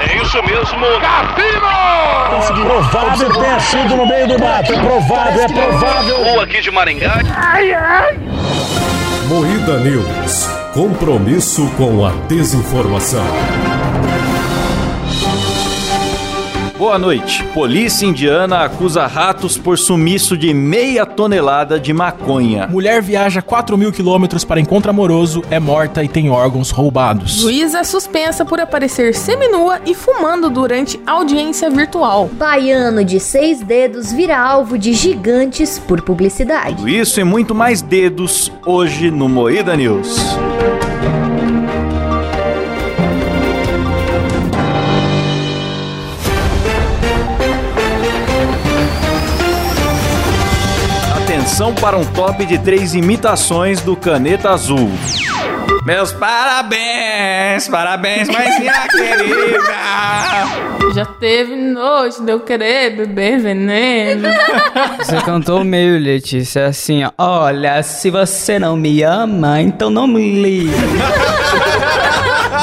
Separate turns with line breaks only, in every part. É isso mesmo.
Cassino!
Provável ter sido no meio do mato. É provável, é provável.
Ou aqui de Maringá.
Moída News. Compromisso com a desinformação.
Boa noite. Polícia indiana acusa ratos por sumiço de meia tonelada de maconha.
Mulher viaja 4 mil quilômetros para encontro amoroso, é morta e tem órgãos roubados.
Juíza é suspensa por aparecer seminua e fumando durante audiência virtual.
Baiano de seis dedos vira alvo de gigantes por publicidade.
Tudo isso e muito mais dedos hoje no Moída News. Atenção para um top de três imitações do Caneta Azul. Meus parabéns, parabéns, mas minha querida.
Já teve noite de eu querer beber veneno.
Você cantou meio, Letícia, assim, ó. Olha, se você não me ama, então não me liga.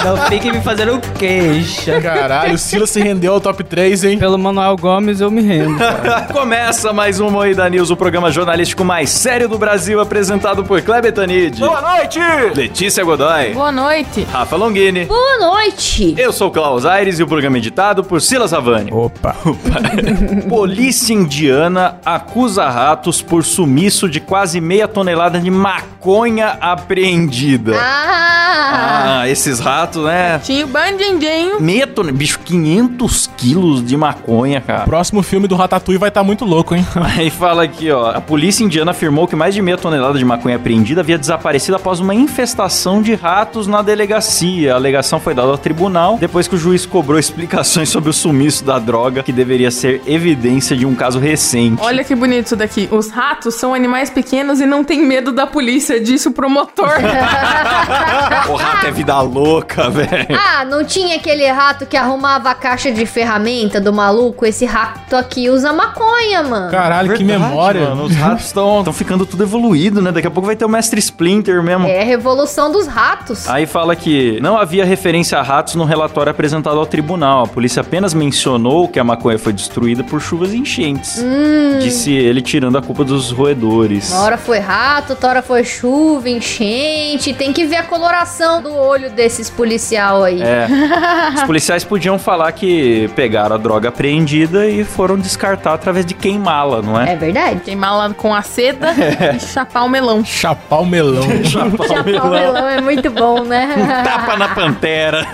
Não fique me fazendo queixa.
Caralho, o Sila se rendeu ao top 3, hein?
Pelo Manuel Gomes eu me rendo.
Começa mais um Moída News, o programa jornalístico mais sério do Brasil, apresentado por Kleber Tanid. Boa noite! Letícia Godoy.
Boa noite.
Rafa Longini.
Boa noite.
Eu sou o Klaus Aires e o programa é editado por Silas Havani.
Opa.
Polícia indiana acusa ratos por sumiço de quase meia tonelada de maconha apreendida.
Ah,
Ah, esses ratos, né?
Tinha o bandindinho.
Meia tonelada. Bicho, 500 quilos de maconha, cara.
Próximo filme do Ratatouille vai estar muito louco, hein?
Aí fala aqui, ó. A polícia indiana afirmou que mais de meia tonelada de maconha apreendida havia desaparecido após uma infestação de ratos na delegacia. A alegação foi dada ao tribunal depois que o juiz cobrou explicações sobre o sumiço da droga, que deveria ser evidência de um caso recente.
Olha que bonito isso daqui. Os ratos são animais pequenos e não tem medo da polícia, disse o promotor.
O rato é vida louca, velho.
ah, não tinha aquele rato que arrumava a caixa de ferramenta do maluco? Esse rato aqui usa maconha, mano.
Caralho, que memória.
Mano, os ratos estão ficando tudo evoluído, né? Daqui a pouco vai ter o mestre Splinter mesmo.
É a revolução dos ratos.
Aí fala que não havia referência a ratos no relatório apresentado ao tribunal. A polícia apenas mencionou que a maconha foi destruída por chuvas e enchentes.
Hum.
Disse ele tirando a culpa dos roedores.
Uma hora foi rato, outra hora foi chuva, enchente. Tem que ver a coloração do olho desses policial aí.
É. Os policiais podiam falar que pegaram a droga apreendida e foram descartar através de queimá-la, não é?
É verdade?
Queimar lá com a seda e chapar o melão.
Chapar o melão.
Chapar o melão é muito bom, né?
Tapa na pantera.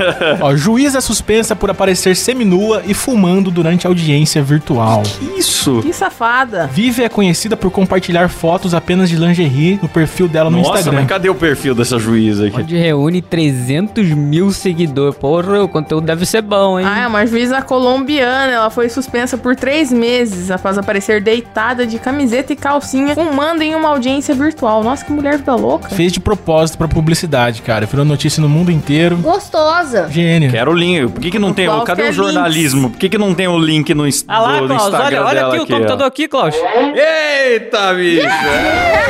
Ó, juíza é suspensa por aparecer seminua e fumando durante audiência virtual.
Isso.
Que safada.
Vive é conhecida por compartilhar fotos apenas de lingerie no perfil dela no
Nossa,
Instagram.
mas cadê o perfil dessa juíza aqui?
Onde reúne 300 mil seguidores. Porra, o conteúdo deve ser bom, hein?
Ah, é uma juíza colombiana. Ela foi suspensa por três meses após aparecer deitada de camiseta e calcinha fumando em uma audiência virtual. Nossa, que mulher vida louca.
Fez de propósito pra publicidade, cara. Virou notícia no mundo inteiro.
Gostosa.
Gênio.
Quero o link. Por que, que não tem? o-
Klaus
Cadê
quer
o jornalismo? Por que, que não tem o link no, ins-
é Ah
do-
lá,
do
Klaus,
Instagram
olha, olha
dela
aqui o
ó?
computador aqui, Klaus.
Eita, bicho!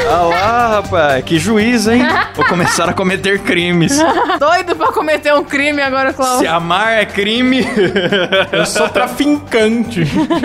Olha lá, rapaz, que juiz, hein? Vou começar a cometer crimes.
Doido pra cometer um crime agora,
Se
Cláudio.
amar é crime.
Eu sou traficante.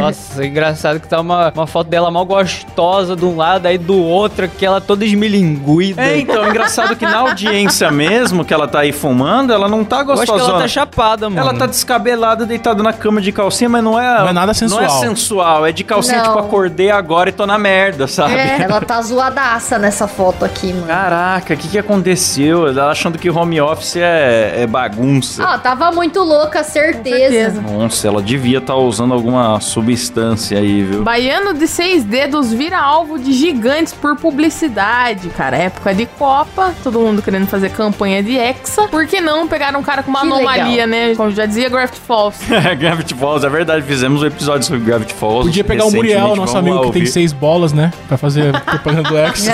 Nossa, engraçado que tá uma, uma foto dela mal gostosa de um lado, aí do outro, que ela toda esmilinguida.
É, então, engraçado que na audiência mesmo, que ela tá aí fumando, ela não tá
Eu acho que ela
gostosona.
tá chapada, mano.
Ela tá descabelada, deitada na cama de calcinha, mas não é.
Não é nada sensual.
Não é sensual, é de calcinha,
Não.
tipo, acordei agora e tô na merda, sabe?
É, ela tá zoadaça nessa foto aqui, mano.
Caraca, o que, que aconteceu? Ela achando que home office é, é bagunça.
Ó, tava muito louca, certeza.
Nossa, ela devia estar usando alguma substância aí, viu?
Baiano de seis dedos vira alvo de gigantes por publicidade, cara. Época de Copa, todo mundo querendo fazer campanha de Hexa. Por que não pegar um cara com uma
Que
anomalia, né? Como já dizia Graft Falls.
Gravity Falls, é verdade, fizemos um episódio sobre Gravity Falls.
Podia pegar o Muriel,
recentemente,
nosso
vamos
amigo
lá
que tem
ouvir.
seis bolas, né? Pra fazer propaganda do X.
Sim.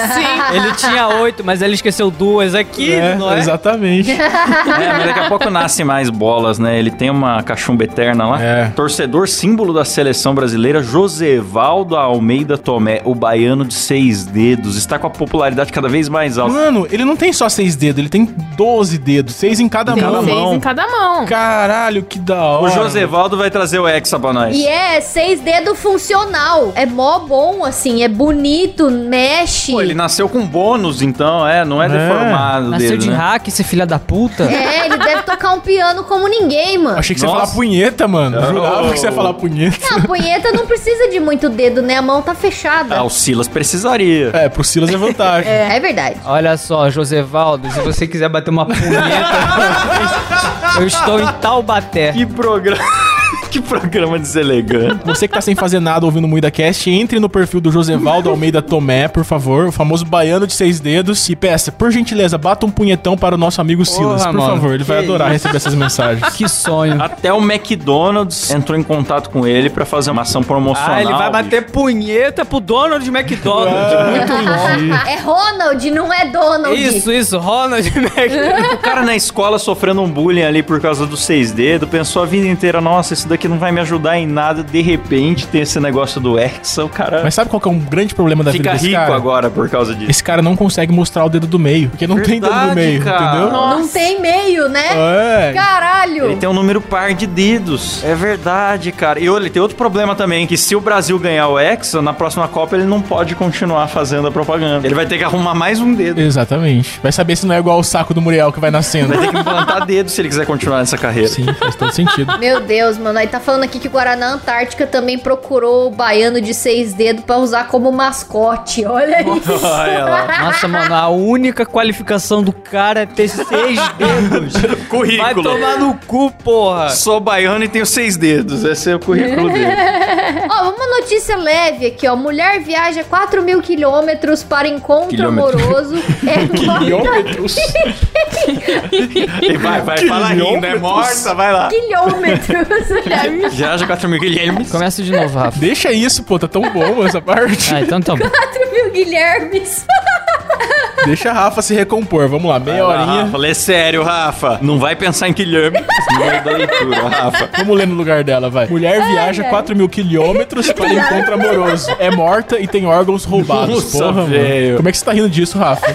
Ele tinha oito, mas ele esqueceu duas aqui, não é?
Exatamente.
gente. é, mas daqui a pouco nasce mais bolas, né? Ele tem uma cachumba eterna lá.
É.
Torcedor símbolo da seleção brasileira, Josevaldo Almeida Tomé, o baiano de seis dedos, está com a popularidade cada vez mais alta.
Mano, ele não tem só seis dedos, ele tem 12 dedos, seis em cada
Tem
mão.
seis em cada mão.
Caralho, que da
O
hora.
Josevaldo vai trazer o Hexa pra nós.
E é seis dedos funcional. É mó bom, assim. É bonito, mexe.
Pô, ele nasceu com bônus, então, é, não é,
É.
deformado
Nasceu
dele,
de
né?
hack, esse filho da puta.
É, ele deve tocar um piano como ninguém, mano.
Achei que você ia
Nossa.
falar punheta, mano. Jurava que você ia falar punheta.
Não, a punheta não precisa de muito dedo, né? A mão tá fechada.
Ah, o Silas precisaria.
É, pro Silas é vantagem.
É verdade.
Olha só, Josevaldo, se você quiser bater uma punheta, eu estou em Taubaté.
Que programa. que programa deselegante.
Você que tá sem fazer nada ouvindo o Muida Cast, entre no perfil do Josevaldo Almeida Tomé, por favor, o famoso baiano de seis dedos, e peça, por gentileza, bata um punhetão para o nosso amigo Silas, por
mano,
favor. Ele vai
que
adorar receber essas mensagens.
Que sonho.
Até o McDonald's entrou em contato com ele pra fazer uma ação promocional.
Ah, ele
bicho.
vai bater punheta pro Donald McDonald.
Muito longe.
É Ronald, não é Donald.
Isso, isso, Ronald McDonald.
O cara na escola sofrendo um bullying ali por causa do seis dedos, pensou a vida inteira, nossa, isso daqui não vai me ajudar em nada. De repente tem esse negócio do Hexa, o cara
Mas sabe qual que é um grande problema da
fica
vida desse
rico
cara?
agora por causa disso.
Esse cara não consegue mostrar o dedo do meio, porque não tem dedo do
Verdade,
meio,
cara.
entendeu?
Não tem meio, né?
É.
Caralho.
Ele tem um número par de dedos. É verdade, cara. E olha, tem outro problema também, que se o Brasil ganhar o Hexa, na próxima Copa ele não pode continuar fazendo a propaganda. Ele vai ter que arrumar mais um dedo.
Exatamente. Vai saber se não é igual o saco do Muriel que vai nascendo.
Vai ter que implantar dedo se ele quiser continuar nessa carreira.
Sim, faz todo sentido.
Meu Deus, mano. Aí tá falando aqui que o Guaraná Antártica também procurou o baiano de seis dedos pra usar como mascote. Olha isso.
Olha lá.
Nossa, mano, a única qualificação do cara é ter seis dedos. Vai
Currículo.
tomar no cu, porra.
Sou baiano e tenho seis dedos. Esse é o currículo dele.
Ó, uma notícia leve aqui, ó. Mulher viaja 4 mil quilômetros para encontro
Quilômetro.
amoroso. É morta...
E vai, vai, fala rindo. É morta, vai lá.
Quilômetros.
Viaja 4 mil guilhermes.
Começa de novo, Rafa.
Deixa isso, pô, tá tão bom essa parte.
Ah, então tá bom.
4 mil Guilhermes.
Deixa a Rafa se recompor. Vamos lá,
é
meia horinha.
Rafa, lê Ah, sério, Rafa. Não vai pensar em guilherme. Não é da leitura, Rafa.
Vamos ler no lugar dela, vai. Mulher viaja 4 mil quilômetros para encontro amoroso. É morta e tem órgãos roubados.
Nossa,
Porra, mano.
velho.
Como é que você tá rindo disso, Rafa?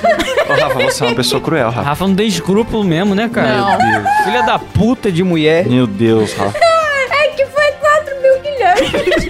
Ô, Rafa, você é uma pessoa cruel, Rafa.
Rafa não tem escrúpulo mesmo, né,
Meu
cara?
Deus.
Filha da puta de mulher.
Meu Deus, Rafa.
É que foi 4 mil Guilhermes.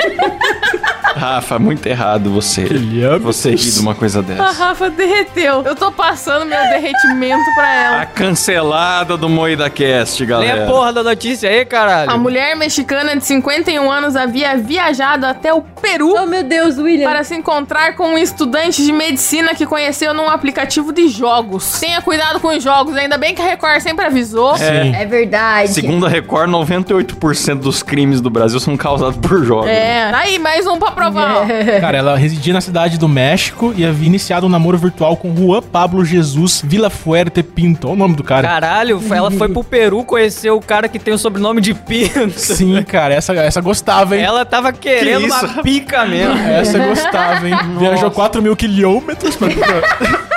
Rafa, muito errado você.
Guilherme.
Você rir de uma coisa
A
dessa.
Rafa derreteu. Eu tô passando meu derretimento pra ela.
A cancelada do Moida Cast,
Lê
galera.
a porra da notícia aí, caralho.
A mulher mexicana de 51 anos havia viajado até o Peru
Oh, meu Deus, William.
para se encontrar com um estudante de medicina que conheceu num aplicativo de jogos. Tenha cuidado com os jogos, ainda bem que a Record sempre avisou.
Sim.
É verdade.
Segundo a Record, 98% dos crimes do Brasil são causados por jogos.
É. Aí, mais um pra provar. ó.
É.
Cara, ela residia na cidade do México e havia iniciado um namoro virtual com Juan Pablo Jesus Villafuerte Pinto. Olha o nome do cara.
Caralho, ela foi pro Peru conhecer o cara que tem o sobrenome de Pinto.
Sim, cara, essa, essa gostava, hein?
Ela tava querendo
Que isso?
uma pica mesmo.
Essa gostava, hein? Viajou 4 mil quilômetros pra...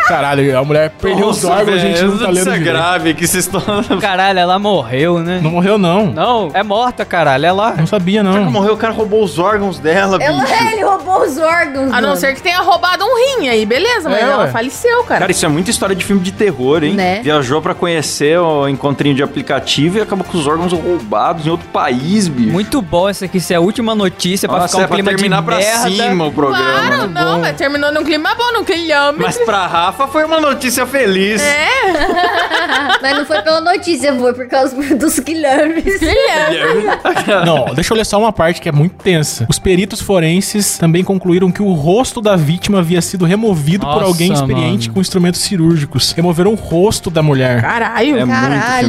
Caralho, a mulher perdeu os órgãos, a gente não tá lendo
Isso é
direito.
grave, que vocês estão...
Caralho, ela morreu, né?
Não morreu, não.
Não, é morta, caralho, é lá.
Não sabia, não.
Morreu, o cara roubou os órgãos dela,
É
Ela,
bicho.
ele roubou os órgãos.
A não
mano.
ser que tenha roubado um rim aí, beleza, mas
É,
ela
ué.
faleceu, cara.
Cara, isso é muita história de filme de terror, hein?
Né?
Viajou pra conhecer o encontrinho de aplicativo e acabou com os órgãos roubados em outro país, bicho.
Muito bom essa aqui, isso é a última notícia pra
Nossa,
ficar um
é pra
clima
terminar
de
pra
merda.
cima o programa.
Claro, não, mas terminou num clima bom, num
Mas
quilômetro.
pra Rafa foi uma notícia feliz.
É.
Mas não foi pela notícia, foi por causa dos Guilhermes.
é
Não, deixa eu ler só uma parte que é muito tensa. Os peritos forenses também concluíram que o rosto da vítima havia sido removido por
Nossa,
alguém experiente
mano.
com instrumentos cirúrgicos. Removeram o rosto da mulher.
Caralho.
É
Caralho,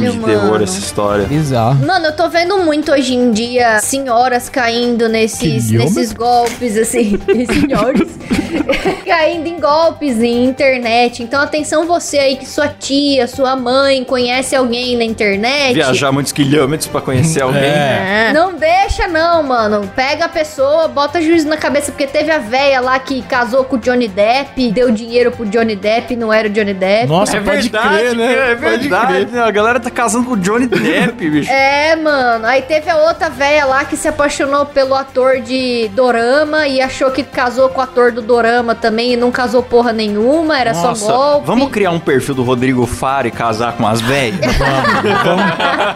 muito filme de
mano.
terror essa história.
Bizarro.
Mano, eu tô vendo muito hoje em dia senhoras caindo nesses,
Quilômetro?
nesses golpes, assim. senhores caindo em golpes em internet, internet. Então, atenção você aí que sua tia, sua mãe conhece alguém na internet.
Viajar muitos quilômetros pra conhecer alguém.
É.
Não deixa, não, mano. Pega a pessoa, bota juízo na cabeça, porque teve a véia lá que casou com o Johnny Depp, deu dinheiro pro Johnny Depp, não era o Johnny Depp.
Nossa, pode crer, né?
É
Pode
verdade.
crer.
né? A galera tá casando com o Johnny Depp, bicho.
É, mano. Aí teve a outra véia lá que se apaixonou pelo ator de Dorama e achou que casou com o ator do Dorama também e não casou porra nenhuma, era só golpe.
vamos criar um perfil do Rodrigo Faro e casar com as velhas?
Vamos,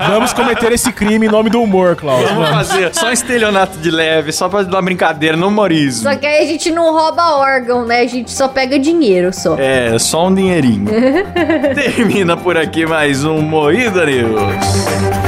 vamos cometer esse crime em nome do humor, Klaus.
Vamos fazer só um estelionato de leve, só pra dar brincadeira, no humorismo.
Só que aí a gente não rouba órgão, né? A gente só pega dinheiro só.
É, só um dinheirinho. Termina por aqui mais um Moída News.